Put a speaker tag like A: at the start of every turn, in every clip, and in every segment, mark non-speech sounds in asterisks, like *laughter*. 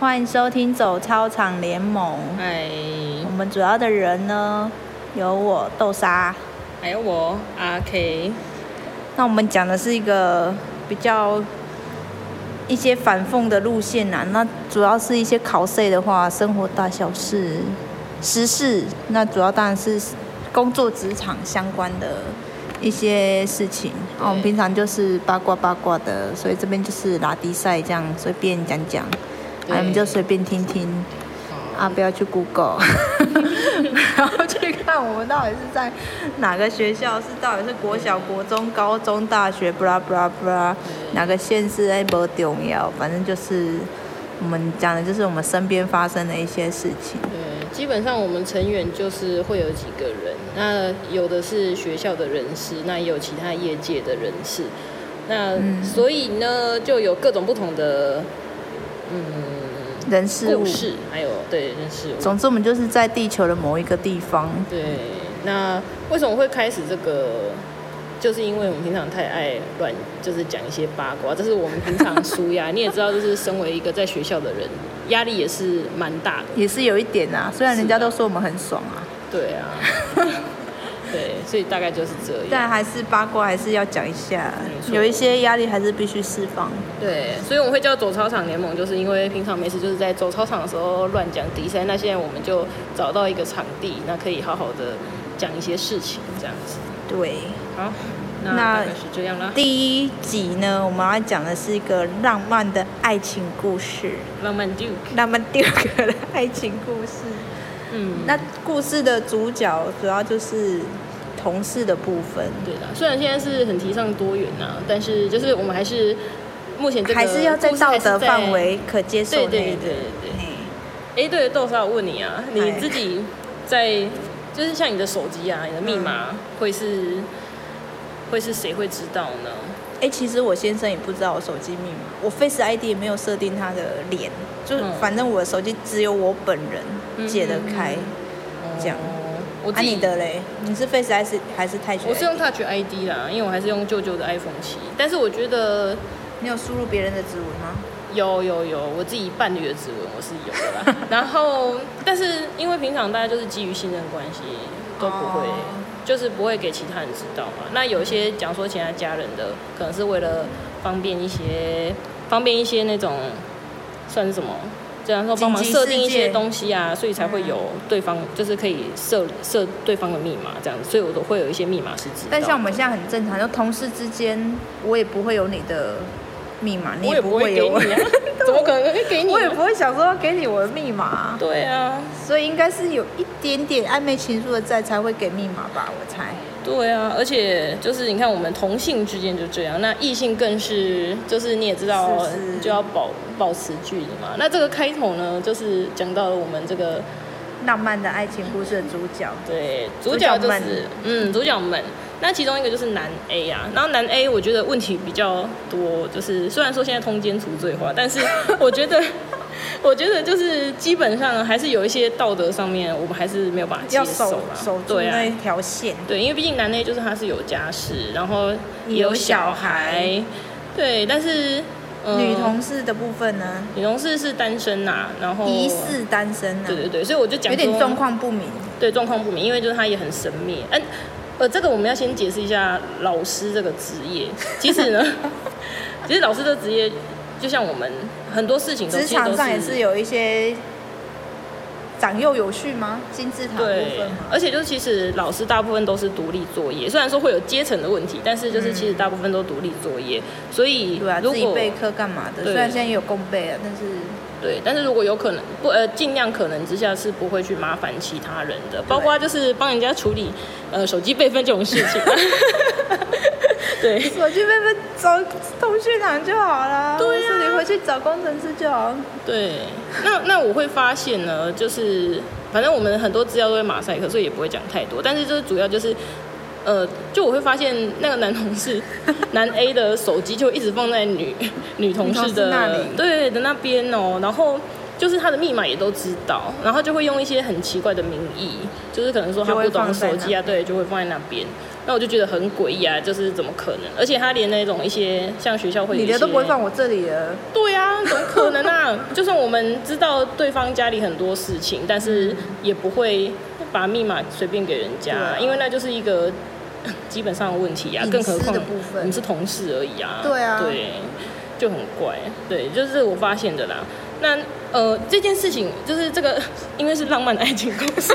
A: 欢迎收听《走操场联盟》。
B: 哎，
A: 我们主要的人呢，有我豆沙。
B: 还有我阿 K，
A: 那我们讲的是一个比较一些反讽的路线呐、那主要是一些考试的话，生活大小事、时事，那主要当然是工作职场相关的一些事情。哦，我们
B: 对
A: 平常就是八卦八卦的，所以这边就是拉低赛这样随便讲讲，啊
B: 对
A: 你们就随便听听。啊，不要去 Google，不要去看我们到底是在哪个学校，是到底是国小、国中、高中、大学，布拉布拉布拉，哪个县市哎不重要，反正就是我们讲的就是我们身边发生的一些事情。
B: 对，呃基本上我们成员就是会有几个人，那有的是学校的人士，那也有其他业界的人士，那、所以呢，就有各种不同的
A: 人事物
B: 故。事，还有对人事物。
A: 总之，我们就是在地球的某一个地方。
B: 对，那为什么会开始这个？就是因为我们平常太爱乱，就是讲一些八卦，这是我们平常舒压。你也知道，就是身为一个在学校的人，压力也是蛮大的。
A: 也是有一点啊，虽然人家都说我们很爽啊，
B: 对啊， *laughs* 对，所以大概就是这样。
A: *laughs* 但还是八卦还是要讲一下，
B: 没错
A: 有一些压力还是必须释放。
B: 对，所以我们会叫走操场联盟，就是因为平常没事就是在走操场的时候乱讲比赛。那现在我们就找到一个场地，那可以好好的讲一些事情，这样子。
A: 对，
B: 好，那
A: 那
B: 大概是这样啦。
A: 第一集呢，我们要讲的是一个浪漫的爱情故事，
B: 浪漫 Duke，
A: 浪漫第二个的爱情故事。
B: 嗯。
A: 那故事的主角主要就是同事的部分，
B: 对的，虽然现在是很提倡多元啊，但是就是我们还是目前这个
A: 还是要在
B: 故事
A: 道
B: 还是
A: 德
B: 在
A: 范。围可接受内
B: 对
A: 的。
B: 对对对哎，对，豆沙，我问你啊，
A: 哎
B: 你自己在就是像你的手机啊，你的密码
A: 嗯
B: 会是、会是谁会知道呢？
A: 哎、其实我先生也不知道我手机密码，我 Face ID 也没有设定他的脸，就是
B: 嗯
A: 反正我的手机只有我本人
B: 嗯
A: 解得开。这样
B: 哦我
A: 啊，
B: 自己
A: 你的嘞？你是 Face ID 还是泰学？
B: 我是用 Touch ID 啦，因为我还是用舅舅的 iPhone 七，但是我觉得
A: 你有输入别人的指纹吗？
B: 有有有，我自己伴侣的指纹我是有
A: *laughs*
B: 的啦。然后，但是因为平常大家就是基于信任关系，都不会
A: 哦
B: 就是不会给其他人知道嘛。那有一些讲说其他家人的，可能是为了方便一些，方便一些那种算是什么？这样说帮忙
A: 紧急事
B: 设定一些
A: 件嗯
B: 东西啊，所以才会有对方、就是可以设设对方的密码这样子，所以我都会有一些密码是知道的。
A: 但像我们现在很正常，就同事之间，我也不会有你的密码，你
B: 我也
A: 不
B: 不会
A: 会有
B: 给
A: 我，
B: 你、啊， *laughs* 怎么可能会给你
A: 我也
B: 呢？
A: 不会想说要给你我的密码啊、
B: 对啊，
A: 所以应该是有一点点暧昧情愫的在才会给密码吧，我猜。
B: 对啊，而且就是你看，我们同性之间就这样，那异性更是，就是你也知道
A: 是是，
B: 就要保保持距离嘛。那这个开头呢，就是讲到了我们这个
A: 浪漫的爱情故事的主角，
B: 对
A: 主
B: 主
A: 角
B: 角
A: 们
B: 就是嗯主角们，那其中一个就是男 A 啊，然后男 A 我觉得问题比较多，就是虽然说现在通奸除罪
A: *laughs*
B: 化，但是我觉得。我觉得就是基本上还是有一些道德上面，我们还是没有办法接
A: 要
B: 受
A: 守
B: 啦。
A: 守住
B: 对啊
A: 那一条线。
B: 对，因为毕竟男内就是他是有家室，然后
A: 也
B: 也
A: 有
B: 有
A: 小
B: 小
A: 孩
B: 孩，对，但是、呃
A: 女同事的部分呢，
B: 女同事是单身呐、然后
A: 疑，似单身呢、
B: 哦对对对，所以我就讲
A: 有点
B: 说
A: 状，况不明。
B: 对状况不明，因为就是他也很神秘，嗯。呃，这个我们要先解释一下老师这个职业。其实呢， *laughs* 其实老师这个职业，就像我们很多事情都
A: 职
B: 其实都
A: 场上也是有一些长幼有序吗？金字塔部
B: 对
A: 分吗，？
B: 而且就是其实老师大部分都是独立作业，虽然说会有阶层的问题，但是就是其实大部分都独立作业，所
A: 嗯
B: 以
A: 对啊，
B: 如
A: 自己
B: 果
A: 备课干嘛的？
B: 对
A: 虽然现在也有共备啊，但是
B: 对，但是如果有可能不呃尽量可能之下是不会去麻烦其他人的，包括就是帮人家处理呃手机备份这种事情，啊
A: *laughs*
B: 对。
A: 我去那边找通讯行就好啦。
B: 对啊
A: 或是你回去找工程师就好。
B: 对，那那我会发现呢，就是反正我们很多资料都会马赛克，所以也不会讲太多。但是就是主要就是，呃，就我会发现那个男同
A: *laughs*
B: 事男 A 的手机就一直放在女女同
A: 女同
B: 事
A: 事
B: 的
A: 那里
B: 对的那边哦，然后。就是他的密码也都知道，然后就会用一些很奇怪的名义，就是可能说他
A: 就会
B: 不
A: 放
B: 懂
A: 在
B: 手机啊，对，就会放在那边。那我就觉得很诡异啊，就是怎么可能？而且他连那种一些像学校会有
A: 你
B: 一
A: 的都
B: 些
A: 不会放我这里了，
B: 对啊，怎么可能啊？ *laughs* 算就算我们知道对方家里很多事情，但是也不会把密码随便给人家，
A: 对啊
B: 因为那就是一个 *coughs* 基本上的问题啊，
A: 隐
B: 更何
A: 私的
B: 况
A: 部分
B: 我们是同事而已啊。
A: 对啊
B: 对，就很怪。对，就是我发现的啦。那呃，这件事情就是这个， *laughs* 因为是浪漫的爱情故
A: *laughs*
B: 事，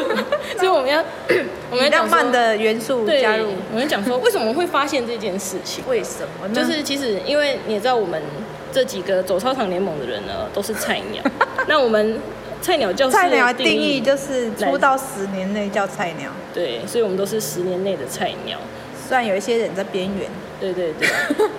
B: 所以我们要 *coughs* 我们要
A: 以
B: 讲
A: 浪
B: 说
A: 漫的元素
B: 对
A: 加入，，
B: 我们讲说为什么会发现这件事情。
A: 为什么呢？
B: 就是其实因为你也知道我们这几个走操场联盟的人呢，都是菜
A: *laughs*
B: 鸟。那我们菜鸟教师
A: 菜鸟
B: 的
A: 定义就是
B: 来
A: 出道十年内叫菜鸟，
B: 对，所以我们都是十年内的菜鸟。
A: 虽然有一些人在边缘，
B: 对
A: *laughs*
B: 对对，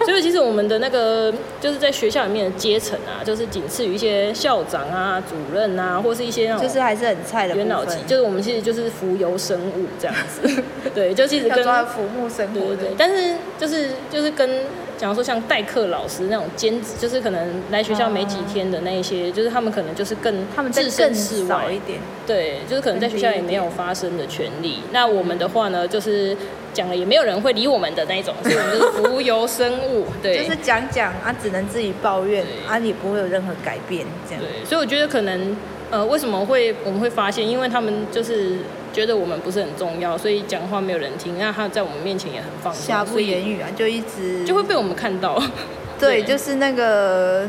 B: 所以其实我们的那个就是在学校里面的阶层啊，就是仅次于一些校长啊、主任啊，或是一些那种
A: 就是还是很菜的
B: 元老
A: 部
B: 级，
A: 分，
B: 就是我们其实就是浮游生物这样子。对，就其
A: *laughs*
B: 实
A: 要
B: 跟
A: 抓浮木生
B: 对
A: 活
B: 对对
A: 的，。
B: 但是就是就是跟，假如说像代课老师那种兼职，就是可能来学校没几天的那一些，就是他们可能就是更
A: 嗯他们在
B: 置
A: 更
B: 身事
A: 少
B: 外
A: 一，点，
B: 对，就是可能在学校也没有发声的权利。那我们的话呢，就是讲了也没有人会理我们的那一种，所以我们就是浮游生物，对，
A: 就是讲讲啊，只能自己抱怨
B: 对
A: 啊，也不会有任何改变，这样
B: 对，所以我觉得可能呃，为什么会我们会发现，因为他们就是觉得我们不是很重要，所以讲话没有人听，那他在我们面前也很放松，
A: 瑕不
B: 所以
A: 掩瑜啊，就一直
B: 就会被我们看到。 *laughs*
A: 对，
B: 对
A: 就是那个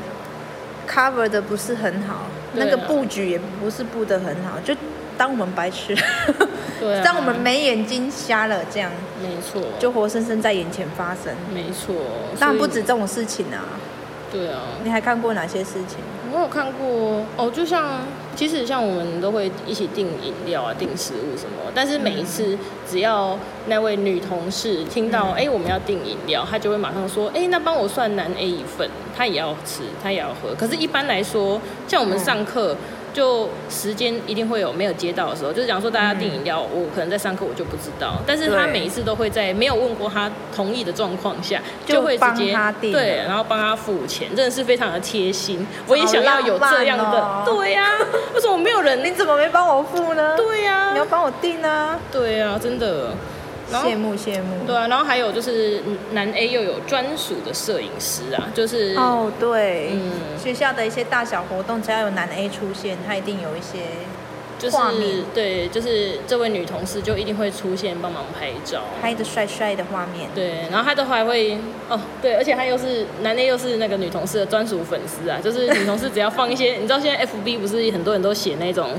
A: cover 的不是很好，
B: 对
A: 那
B: 啊
A: 个布局也不是布的很好，就当我们白痴，
B: 对啊
A: 当我们没眼睛瞎了，这样
B: 没错，
A: 就活生生在眼前发生。
B: 没错。
A: 当然不
B: 所以
A: 止这种事情啊，
B: 对啊，
A: 你还看过哪些事情？
B: 我有看过哦，就像其实像我们都会一起订饮料啊、订食物什么，但是每一次只要那位女同事听到
A: 嗯
B: 哎、诶我们要订饮料，她就会马上说哎、诶那帮我算男 A 一份，她也要吃，她也要喝。可是，一般来说，像我们上课。就时间一定会有没有接到的时候，就是讲说大家订饮料，我可能在上课我就不知道，但是她
A: 对
B: 每一次都会在没有问过她同意的状况下，
A: 就
B: 会直
A: 帮
B: 接
A: 她订
B: 对
A: 了，
B: 然后帮他付钱，真的是非常的贴心。我也想要有这样的，
A: 好浪漫哦
B: 对呀、为什么没有
A: 你
B: 人？
A: 怎么没帮我付呢？
B: 对呀、
A: 你要帮我订啊！
B: 对呀、真的。然后
A: 羡慕羡慕。
B: 对啊，然后还有就是男 A 又有专属的摄影师啊，就是、
A: 哦，对，
B: 嗯
A: 学校的一些大小活动，只要有男 A 出现，他一定有一些
B: 就是
A: 画面
B: 对，就是这位女同事就一定会出现帮忙拍照。
A: 拍的帅帅的画面。
B: 对，然后他都还会哦，对，而且他又是男的，又是那个女同事的专属粉丝啊，就是女同事只要放一些，你知道现在 FB 不是很多人都写那种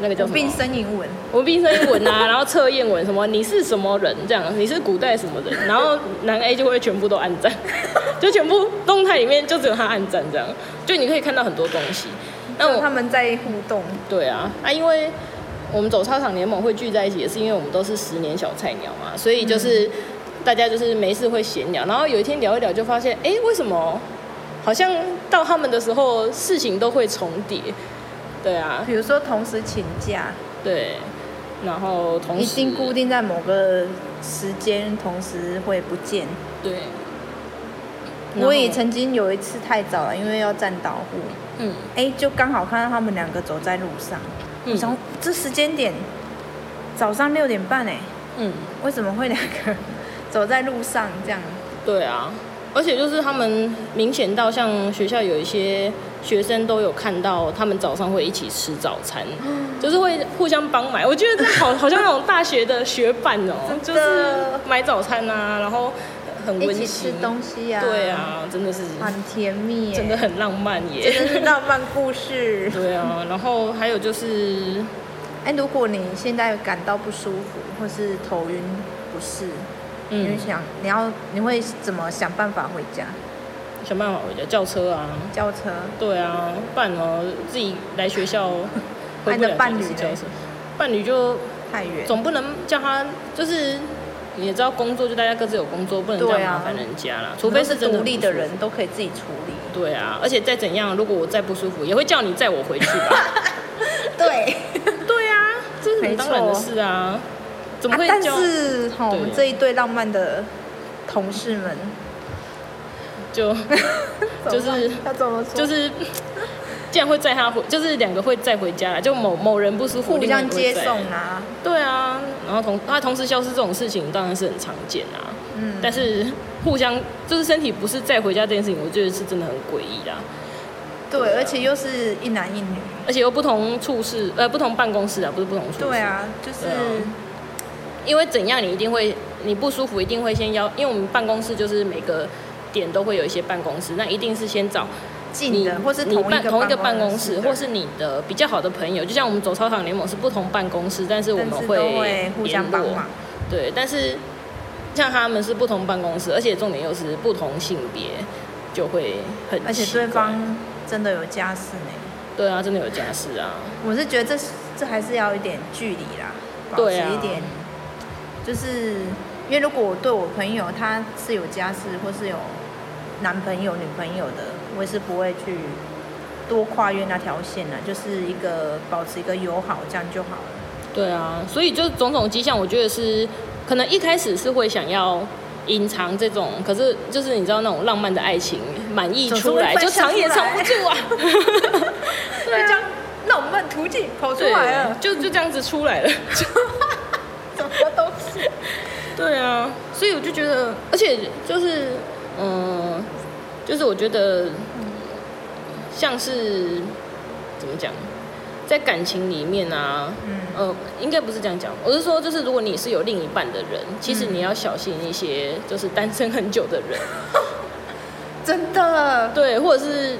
B: 那个叫
A: 无
B: 什么
A: 病呻吟文，
B: 我毕生英文啊，然后 *laughs* 测验文什么，你是什么人这样，你是古代什么人，然后男 A 就会全部都按赞， *laughs* 就全部动态里面就只有他按赞这样，就你可以看到很多东西。那
A: 就
B: 我
A: 他们在互动。
B: 对啊，啊，因为我们走操场联盟会聚在一起，也是因为我们都是十年小菜鸟嘛，所以
A: 嗯
B: 就是、大家就是没事会闲聊，然后有一天聊一聊就发现，哎、为什么好像到他们的时候事情都会重叠？对啊，
A: 比如说同时请假，
B: 对，然后同时
A: 一定固定在某个时间，同时会不见。
B: 对。
A: 我也
B: 然后
A: 曾经有一次太早了，因为要站导护，
B: 嗯
A: 哎，就刚好看到他们两个走在路上，我想
B: 嗯
A: 说这时间点，早上六点半哎，
B: 嗯，
A: 为什么会两个走在路上这样？
B: 对啊，而且就是他们明显到像学校有一些学生都有看到，他们早上会一起吃早餐，
A: *gasps*
B: 就是会互相帮买。我觉得这好好像那种大学的学伴哦、
A: 真
B: 就是
A: 的
B: 买早餐啊，然后很
A: 一
B: 温
A: 起
B: 馨
A: 吃，东西呀、
B: 对，啊，真的是
A: 很甜蜜耶，
B: 真的很浪漫
A: 真
B: 耶。。
A: 是浪漫故事
B: *laughs* 对啊，然后还有就是
A: 哎，如果你现在感到不舒服或是头晕不适，你
B: 嗯
A: 会，想你要你会怎么想办法回家？
B: 想办法回家叫车啊。
A: 叫车？
B: 对啊，伴哦，自己来
A: *laughs*
B: 学校回不
A: 那你
B: 了
A: 的伴
B: 家
A: 侣
B: 是
A: 呢
B: 教什么伴侣就
A: 太远。
B: 总不能叫他就是。你也知道，工作就大家各自有工作，不能这
A: 对
B: 样
A: 啊
B: 麻烦人家啦。除非是真的
A: 独立的人
B: 很不舒
A: 都可以自己处理。
B: 服。对啊，而且再怎样，如果我再不舒服，也会叫你载我回
A: *laughs*
B: 去吧。
A: 对，
B: 对啊，这是很
A: 没
B: 当然的
A: 错
B: 事啊。 *laughs* 怎么
A: 啊
B: 会
A: 但
B: 叫？
A: 是哈，我
B: 对
A: 们这一对浪漫的同事们，
B: 就
A: *laughs*
B: 就是
A: 要怎么说？
B: 就是， *laughs* 竟然会载他回，就是两个会载回家啦。就某某人不舒服，
A: 互
B: 另外一
A: 相
B: 个
A: 接
B: 会载
A: 送啊。
B: 对啊，然后同他同时消失这种事情当然是很常见啊，
A: 嗯，
B: 但是互相就是身体不是再回家这件事情，我觉得是真的很诡异啦。
A: 对，
B: 啊
A: 而且又是一男一女。
B: 而且又不同处室，呃，不同办公室啊，不是不同处室。
A: 对，啊，就是
B: 对啊因为怎样你一定会，你不舒服一定会先邀，因为我们办公室就是每个点都会有一些办公室，那一定是先找
A: 近
B: 你
A: 的，或是
B: 你办
A: 同
B: 一个
A: 办
B: 办
A: 公
B: 公室，
A: 的
B: 或是你的比较好的朋友，就像我们走操场联盟是不同办公室，但是我
A: 但
B: 们
A: 是
B: 会
A: 都会互相
B: 联
A: 帮
B: 络
A: 忙。
B: 对，但是像他们是不同办公室，而且重点又是不同性别，就会很
A: 而且
B: 奇
A: 对
B: 怪
A: 方真的有家室呢，
B: 对啊，真的有家事啊，
A: 我是觉得这这还是要一点距离啦，保持
B: 对啊
A: 一点，就是因为如果我对我朋友他是有家室或是有男朋友女朋友的，我也是不会去多跨越那条线的，就是一个保持一个友好，这样就好了。
B: 对啊，所以就种种迹象，我觉得是可能一开始是会想要隐藏这种，可是就是你知道那种浪漫的爱情，满意
A: 总是会
B: 出来
A: 分
B: 就
A: 享
B: 藏也
A: 出
B: 藏
A: 来
B: 不
A: *laughs*
B: 住啊， *laughs*
A: 就
B: 对
A: 这
B: 啊
A: 样，浪漫途径跑啊出
B: 对啊
A: 来了，，
B: 就就这样子出来
A: *laughs*
B: 了。
A: 什么东西？
B: 对啊，所以我就觉得，而且就是，嗯、就是我觉得，像是怎么讲，在感情里面啊，
A: 嗯，
B: 呃，应该不是这样讲，我是说，就是如果你是有另一半的人，其实你要小心一些，就是单身很久的人，
A: 真的，
B: 对，或者是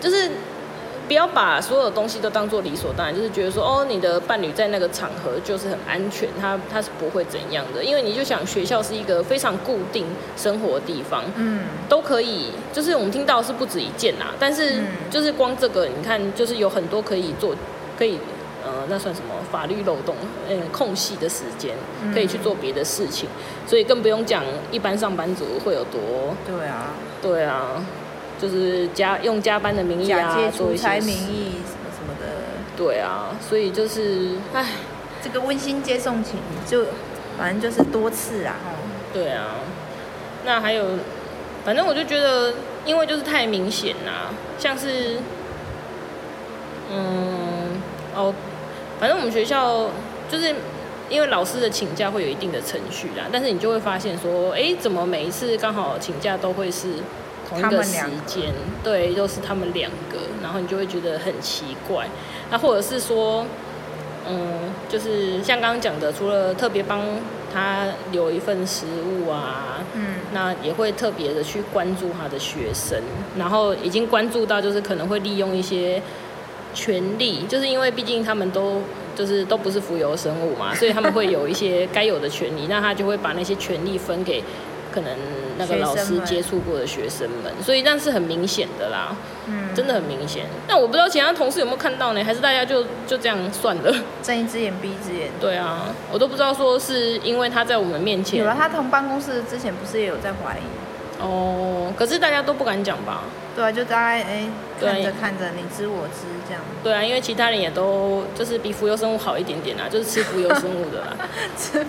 B: 就是不要把所有东西都当做理所当然，就是觉得说哦，你的伴侣在那个场合就是很安全，他他是不会怎样的，因为你就想学校是一个非常固定生活的地方，
A: 嗯。
B: 都可以，就是我们听到是不止一件啦，但是
A: 嗯
B: 就是光这个，你看就是有很多可以做，可以呃，那算什么法律漏洞，嗯、空隙的时间
A: 嗯
B: 可以去做别的事情，所以更不用讲一般上班族会有多
A: 对啊，
B: 对啊，就是加用加班的名义
A: 假
B: 啊
A: 借，
B: 做
A: 出
B: 一
A: 差
B: 些
A: 名
B: 事
A: 义什么什么的，
B: 对啊，所以就是唉，
A: 这个温馨接送情就反正就是多次啊，
B: 对啊，那还有，反正我就觉得，因为就是太明显啦、像是，嗯，哦，反正我们学校就是因为老师的请假会有一定的程序啦，但是你就会发现说，哎、怎么每一次刚好请假都会是同一
A: 他
B: 个
A: 们
B: 时
A: 两个
B: 间？对，都是他们两个，然后你就会觉得很奇怪。那或者是说，嗯，就是像刚刚讲的，除了特别帮他留一份食物啊，
A: 嗯，
B: 那也会特别的去关注他的学生，然后已经关注到就是可能会利用一些权利，就是因为毕竟他们都就是都不是浮游生物嘛，所以他们会有一些该有的权利，那他就会把那些权利分给可能那个老
A: 学生
B: 师
A: 们
B: 接触过的学生们，所以那是很明显的啦，
A: 嗯
B: 真的很明显。但我不知道其他同事有没有看到呢，还是大家就就这样算了。
A: 睁一只眼闭一只眼。
B: 对啊，我都不知道说是因为他在我们面前
A: 有了，啊他同办公室之前不是也有在怀疑？
B: 哦，可是大家都不敢讲吧？
A: 对啊，就大概哎、
B: 对
A: 看着看着，你知我知这样，
B: 对啊，因为其他人也都就是比浮游生物好一点点啦，就是吃浮游生物的啦。
A: *laughs* 吃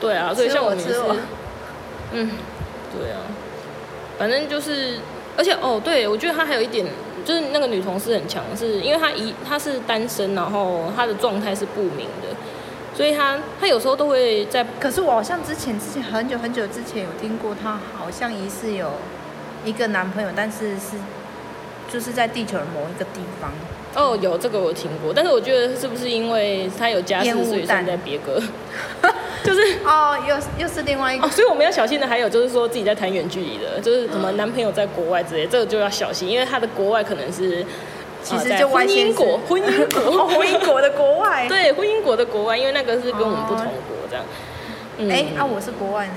B: 对啊，所以
A: 吃
B: 像我
A: 我
B: 们也
A: 吃
B: 是，
A: 我，
B: 嗯，对啊，反正就是，而且哦，对我觉得他还有一点，就是那个女同事很强势，因为她一她是单身，然后她的状态是不明的，所以她她有时候都会在
A: 可是我好像之前之前很久很久之前有听过，她好像疑似有一个男朋友，但是是就是在地球的某一个地方。
B: 哦，有这个我听过，但是我觉得是不是因为他有家室，
A: 烟雾
B: 所以
A: 弹
B: 现在别个， *laughs* 就是
A: 哦，又是又是另外一个
B: *laughs* 哦，所以我们要小心的还有就是说自己在谈远距离的，就是什么男朋友在国外之类，这个就要小心，因为他的国外可能是呃
A: 其实
B: 在
A: 就外
B: 婚
A: 县
B: 姻
A: 市
B: 国，婚姻
A: *laughs* *laughs* 哦，
B: 国，
A: 回英国的国 *laughs* 外。
B: *laughs* 对婚姻国的国外，因为那个是跟我们不同
A: 哦
B: 国这样。嗯
A: 哎、啊，我是国外呢。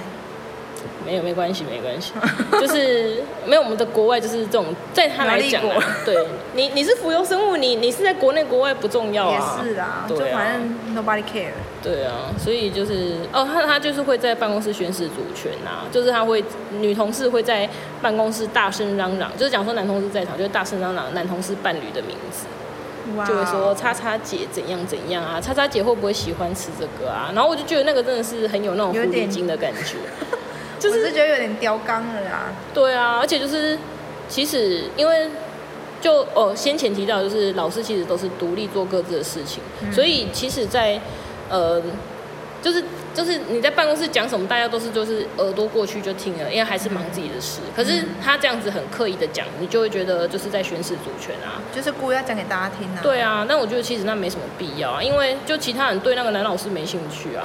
B: 没有，没关系，没关系，就是没有我们的国外就是这种，在他来讲啊
A: *laughs* 苗栗，
B: 对你你是浮游生物，你你是在国内国外不重要啊，
A: 也是啊，就
B: 对啊
A: 反正 nobody care。
B: 对啊，所以就是哦，他他就是会在办公室宣示主权啊，就是他会女同事会在办公室大声嚷嚷，就是讲说男同事在场，就是大声嚷嚷男同事伴侣的名字，
A: 哇
B: 就会说叉叉姐怎样怎样啊，叉叉姐会不会喜欢吃这个啊？然后我就觉得那个真的是很有那种狐
A: 有
B: 狸
A: 点
B: 精的感觉，
A: 我
B: 就是
A: 是觉得有点雕刚了啦。
B: 对啊，而且就是其实因为就哦，先前提到就是老师其实都是独立做各自的事情，所以其实在，呃，就是就是你在办公室讲什么，大家都是就是耳朵过去就听了，因为还是忙自己的事。可是他这样子很刻意的讲，你就会觉得就是在宣示主权啊。
A: 就是故意要讲给大家听啊。
B: 对啊，那我觉得其实那没什么必要啊，因为就其他人对那个男老师没兴趣
A: *laughs*
B: 啊。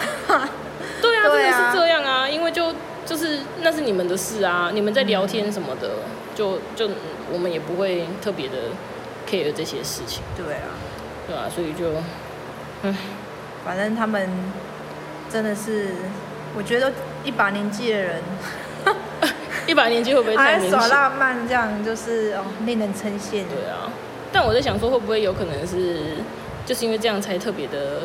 B: 对啊，
A: 对
B: 真的
A: 啊
B: 是这样啊，因为就就是那是你们的事啊，你们在聊天什么的，就就我们也不会特别的 care 这些事情，
A: 对啊，
B: 对吧、所以
A: *laughs*
B: 就，唉，
A: 反正他们真的是，我觉得都一把年纪的人
B: 一把年
A: *laughs*
B: 纪会不会太
A: 还
B: 明
A: 哎耍
B: 显？
A: 浪漫，这样就是哦，令人称羡。
B: 对啊，但我在想说，会不会有可能是就是因为这样才特别的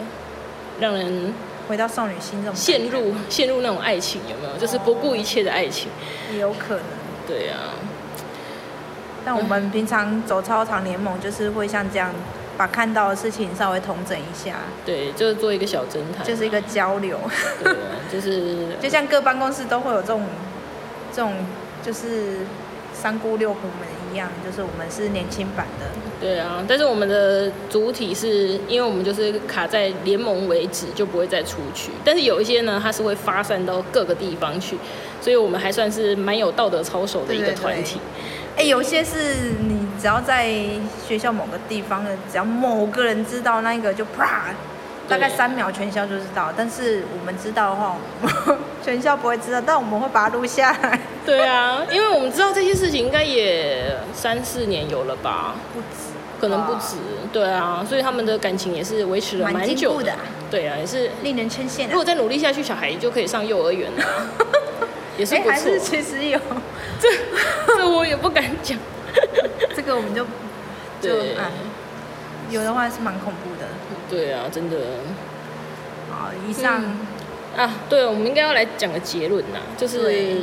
B: 让人
A: 回到少女心这种
B: 陷入陷入那种爱情，有没有？就是不顾一切的爱情。
A: 也有可能。
B: 对啊，
A: 但
B: 嗯
A: 我们平常走操场联盟，就是会像这样，把看到的事情稍微统整一下，
B: 对，就是做一个小侦探，
A: 就是一个交流。 *laughs*
B: 对啊，就是
A: 就像各办公室都会有这种这种，就是三姑六婆们一样，就是我们是年轻版的，
B: 对啊，但是我们的主体是因为我们就是卡在联盟为止，就不会再出去。但是有一些呢，它是会发散到各个地方去，所以我们还算是蛮有道德操守的一个
A: 对对
B: 团体。
A: 哎、有些是你只要在学校某个地方的，只要某个人知道那个就啪，大概
B: 对
A: 三秒全校就知道。但是我们知道的话，我们全校不会知道，但我们会把它录下来。
B: 对啊，因为我们知道这些事情应该也三四年有了吧，
A: 不止，
B: 可能不止。对啊，所以他们的感情也是维持了蛮
A: 蛮进
B: 久
A: 步的啊
B: 对啊，也是
A: 令人称羡
B: 如
A: 啊。
B: 果再努力下去，小孩就可以上幼儿园
A: *laughs*
B: 了啊，也是
A: 哎、
B: 不
A: 还
B: 错
A: 是。其实有
B: 这
A: *laughs*
B: 这我也不敢讲。
A: 这个，我 *laughs* 们就就
B: 对
A: 哎，有的话是蛮恐怖的。
B: 对啊，真的。
A: 好，以上、
B: 嗯啊，对，我们应该要来讲个结论呐，就是
A: 对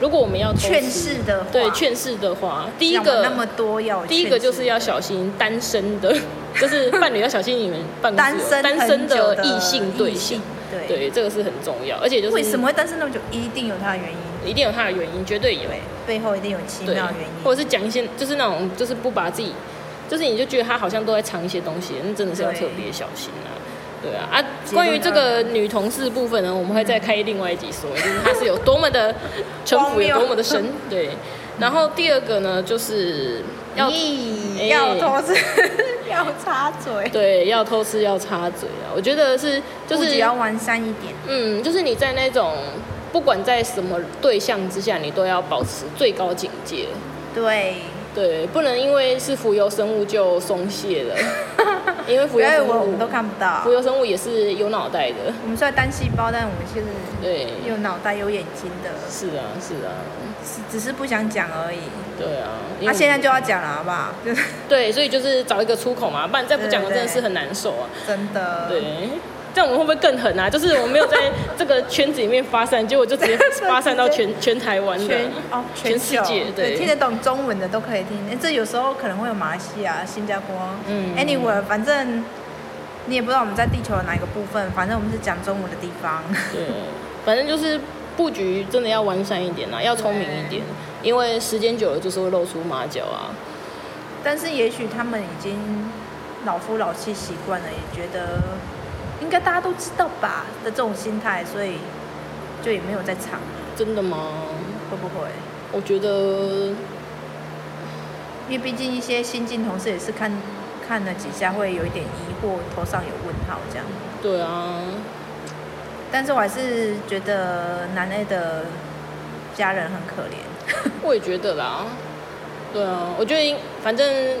B: 如果我们要偷吃
A: 劝世的话
B: 对劝世的话，第一
A: 讲了
B: 个
A: 那么多要，
B: 第一个就是要小心单身的， *laughs* 就是伴侣要小心你们办公室
A: 单
B: 有
A: 身
B: 单身
A: 很久
B: 的
A: 的
B: 异性对
A: 异
B: 象
A: 性，对
B: 对，这个是很重要，而且就是
A: 为什么会单身那么久，一定有它的原因，
B: 一定有它的原因，绝对有，
A: 对，背后一定有奇
B: 对
A: 妙的原因，，
B: 或者是讲一些就是那种就是不把自己，就是你就觉得他好像都在藏一些东西，那真的是要
A: 对
B: 特别小心啊。对啊，啊，
A: 结论
B: 关于这个女同事部分呢，我们会再开另外一集
A: *laughs*
B: 说，就是她是有多么的城府，有多么的深。对，然后第二个呢，就是要哎
A: 咦要偷吃， *laughs* 要插嘴，
B: 对要偷吃要插嘴啊，我觉得是就
A: 自
B: 是
A: 己要完善一点，
B: 嗯，就是你在那种不管在什么对象之下，你都要保持最高警戒。
A: 对，
B: 对，不能因为是浮游生物就松懈 *laughs* 了，
A: *laughs*
B: 因为浮
A: 不
B: 游
A: 要以为
B: 生
A: 我
B: 物
A: 们都看不到
B: 浮，游生物也是有脑袋的。
A: 我们虽然单细胞，但我们其实
B: 对，
A: 有脑袋有眼睛的，
B: 是啊，是啊，
A: 只只是不想讲而已。
B: 对啊。因为
A: 那、
B: 我
A: 现在就要讲了，好不好？就是
B: 对，所以就是找一个出口嘛，不然再不讲我
A: 对
B: 真
A: 对
B: 的是很难受啊。
A: 真的，
B: 对，这样我们会不会更狠啊？就是我没有在这个圈子里面发散，结果就直接发散到 *laughs* 全全台湾的。
A: 全哦
B: 全世
A: 球
B: 界对
A: 对听得懂中文的都可以听。哎，这有时候可能会有马来西亚、新加坡，
B: 嗯
A: ，anywhere，反正你也不知道我们在地球的哪一个部分，反正我们是讲中文的地方。 *laughs*
B: 对，反正就是布局真的要完善一点啦，要聪明一点，因为时间久了就是会露出马脚啊。
A: 但是也许他们已经老夫老妻习惯了，也觉得应该大家都知道吧的这种心态，所以就也没有在藏，
B: 真的吗？
A: 会不会？
B: 我觉得
A: 因为毕竟一些新进同事也是看看了几下，会有一点疑惑，头上有问号这样。
B: 对啊，
A: 但是我还是觉得南 A 的家人很可怜，
B: 我也觉得啦。对啊，我觉得应反正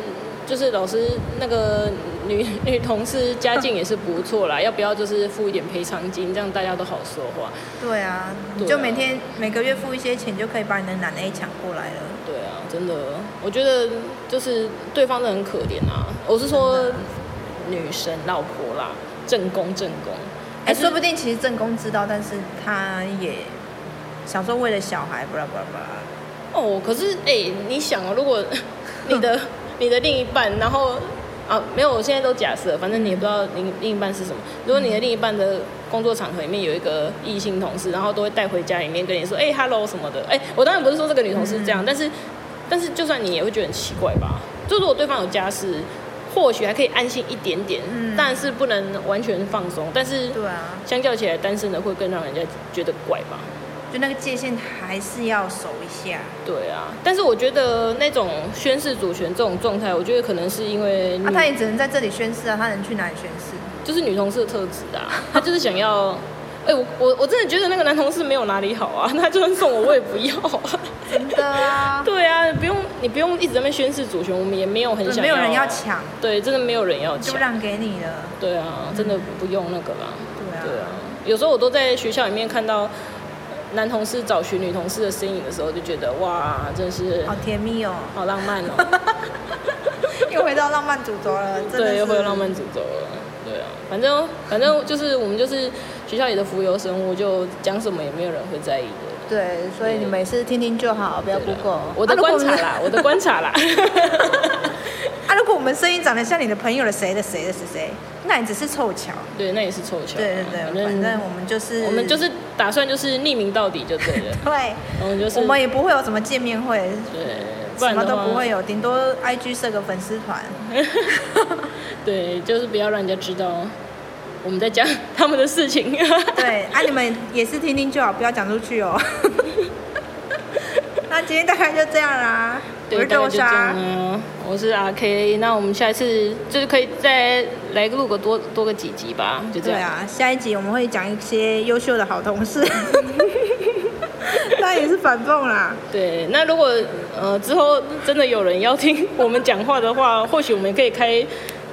B: 就是老师那个女 *laughs* 女同事家境也是不错啦，要不要就是付一点赔偿金，这样大家都好说话。
A: 对啊，
B: 对啊
A: 你就每天每个月付一些钱，就可以把你的南 A 抢过来了。
B: 对啊，真的，我觉得就是对方真的很可怜啊。我是说
A: 真的
B: 女生老婆啦，正宫正宫。
A: 哎、
B: 还是
A: 说不定其实正宫知道，但是他也想说为了小孩，巴拉巴拉巴拉，
B: 哦，可是哎、你想哦，
A: *laughs*
B: 如果你的你的另一半，然后啊，没有，我现在都假设，反正你也不知道另另一半是什么。如果你的另一半的工作场合里面有一个异性同事，然后都会带回家里面跟你说，哎、h e l l o 什么的。哎、我当然不是说
A: 嗯
B: 这个女同事这样，但是但是就算你也会觉得很奇怪吧？就如果对方有家室，或许还可以安心一点点，
A: 嗯
B: 但是不能完全放松。但是
A: 对啊，
B: 相较起来，单身的会更让人家觉得怪吧？
A: 就那个界限还是要守一下。
B: 对啊，但是我觉得那种宣誓主权这种状态，我觉得可能是因为女、
A: 啊，他也只能在这里宣誓啊，他能去哪里宣誓？
B: 就是女同事的特质啊， *laughs* 她就是想要，哎、我我我真的觉得那个男同事没有哪里好啊， *laughs* 他就算送我我也不要啊。 *laughs*
A: 真的啊，
B: 对啊，不用你不用一直在那边宣誓主权，我们也没有很
A: 对
B: 想
A: 没有人
B: 要啊
A: 要，抢，
B: 对，真的没有人要
A: *laughs* 就
B: 抢，
A: 让给你了。
B: 对啊，真的不用那个啦，
A: 对啊，
B: 对啊，有时候我都在学校里面看到男同事找寻女同事的身影的时候，就觉得哇，真是
A: 好甜蜜哦，
B: 好浪漫哦，
A: *laughs* 又回到浪漫主轴了，真的
B: 对，又
A: 是
B: 回浪漫主轴了，对啊，反正反正就是我们就是学校里的浮游生物，就讲什么也没有人会在意的。
A: 对，所以你每次听听就好，不要
B: 对啊
A: Google。
B: 我的
A: 啊如果
B: 观
A: 我
B: 察
A: 们
B: *laughs* 啦，我的
A: *laughs*
B: 观察啦，
A: 啊，如果我们声音长得像你的朋友的谁的谁的谁谁，那你只是凑巧。
B: 对，那也是凑巧啊。
A: 对对对，反正我们就是，
B: 我们就是打算就是匿名到底就对了
A: *laughs* 对，
B: 我们就是
A: 我们也不会有什么见面会，
B: 对，不
A: 什
B: 然
A: 么
B: 的
A: 都
B: 话
A: 不会有，顶多 IG 设个粉丝团。
B: *laughs* 对，就是不要让人家知道我们在讲他们的事情。
A: 对，啊，你们也是听听就好，不要讲出去
B: *laughs*
A: 哦。那今天大概就这样啦，我
B: 对，
A: 是
B: 大概
A: 豆
B: 就这样
A: 沙，
B: 啊。我是 R K，那我们下一次就是可以再来录个多多个几集吧，就这
A: 对
B: 样。
A: 啊，下一集我们会讲一些优秀的好同 *laughs* 事，那也是反讽啦。
B: 对，那如果呃之后真的有人要听我们讲话的话，或许我们可以开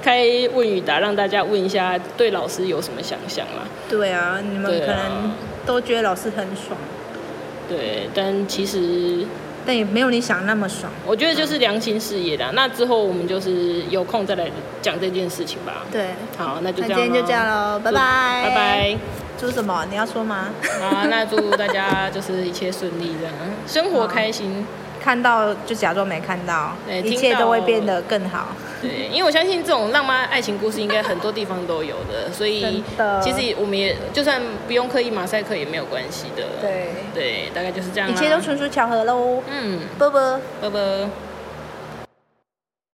B: 开问与答，让大家问一下对老师有什么想象啦。
A: 对啊，你们
B: 对啊
A: 可能都觉得老师很爽，
B: 对，但其实
A: 但也没有你想那么爽。
B: 我觉得就是良心事业啦。那之后我们就是有空再来讲这件事情吧。
A: 对，
B: 好，那就
A: 那今
B: 这样咯，
A: 天就这样喽，拜
B: 祝
A: 拜，啊
B: 拜。拜。
A: 祝什么？你要说吗？
B: 好，那祝大家就是一切顺利，这样生活开心。
A: *laughs* 看到就假装没看到，
B: 对
A: 一
B: 听
A: 切都会
B: 到
A: 变得更好。
B: 对，因为我相信这种浪漫爱情故事应该很多地方都有的，所以
A: 真的
B: 其实我们也就算不用刻意马赛克也没有关系的。
A: 对，
B: 对，大概就是这样
A: 一
B: 啦。
A: 切都纯属巧合喽。
B: 嗯，
A: 啵啵。
B: 拜拜。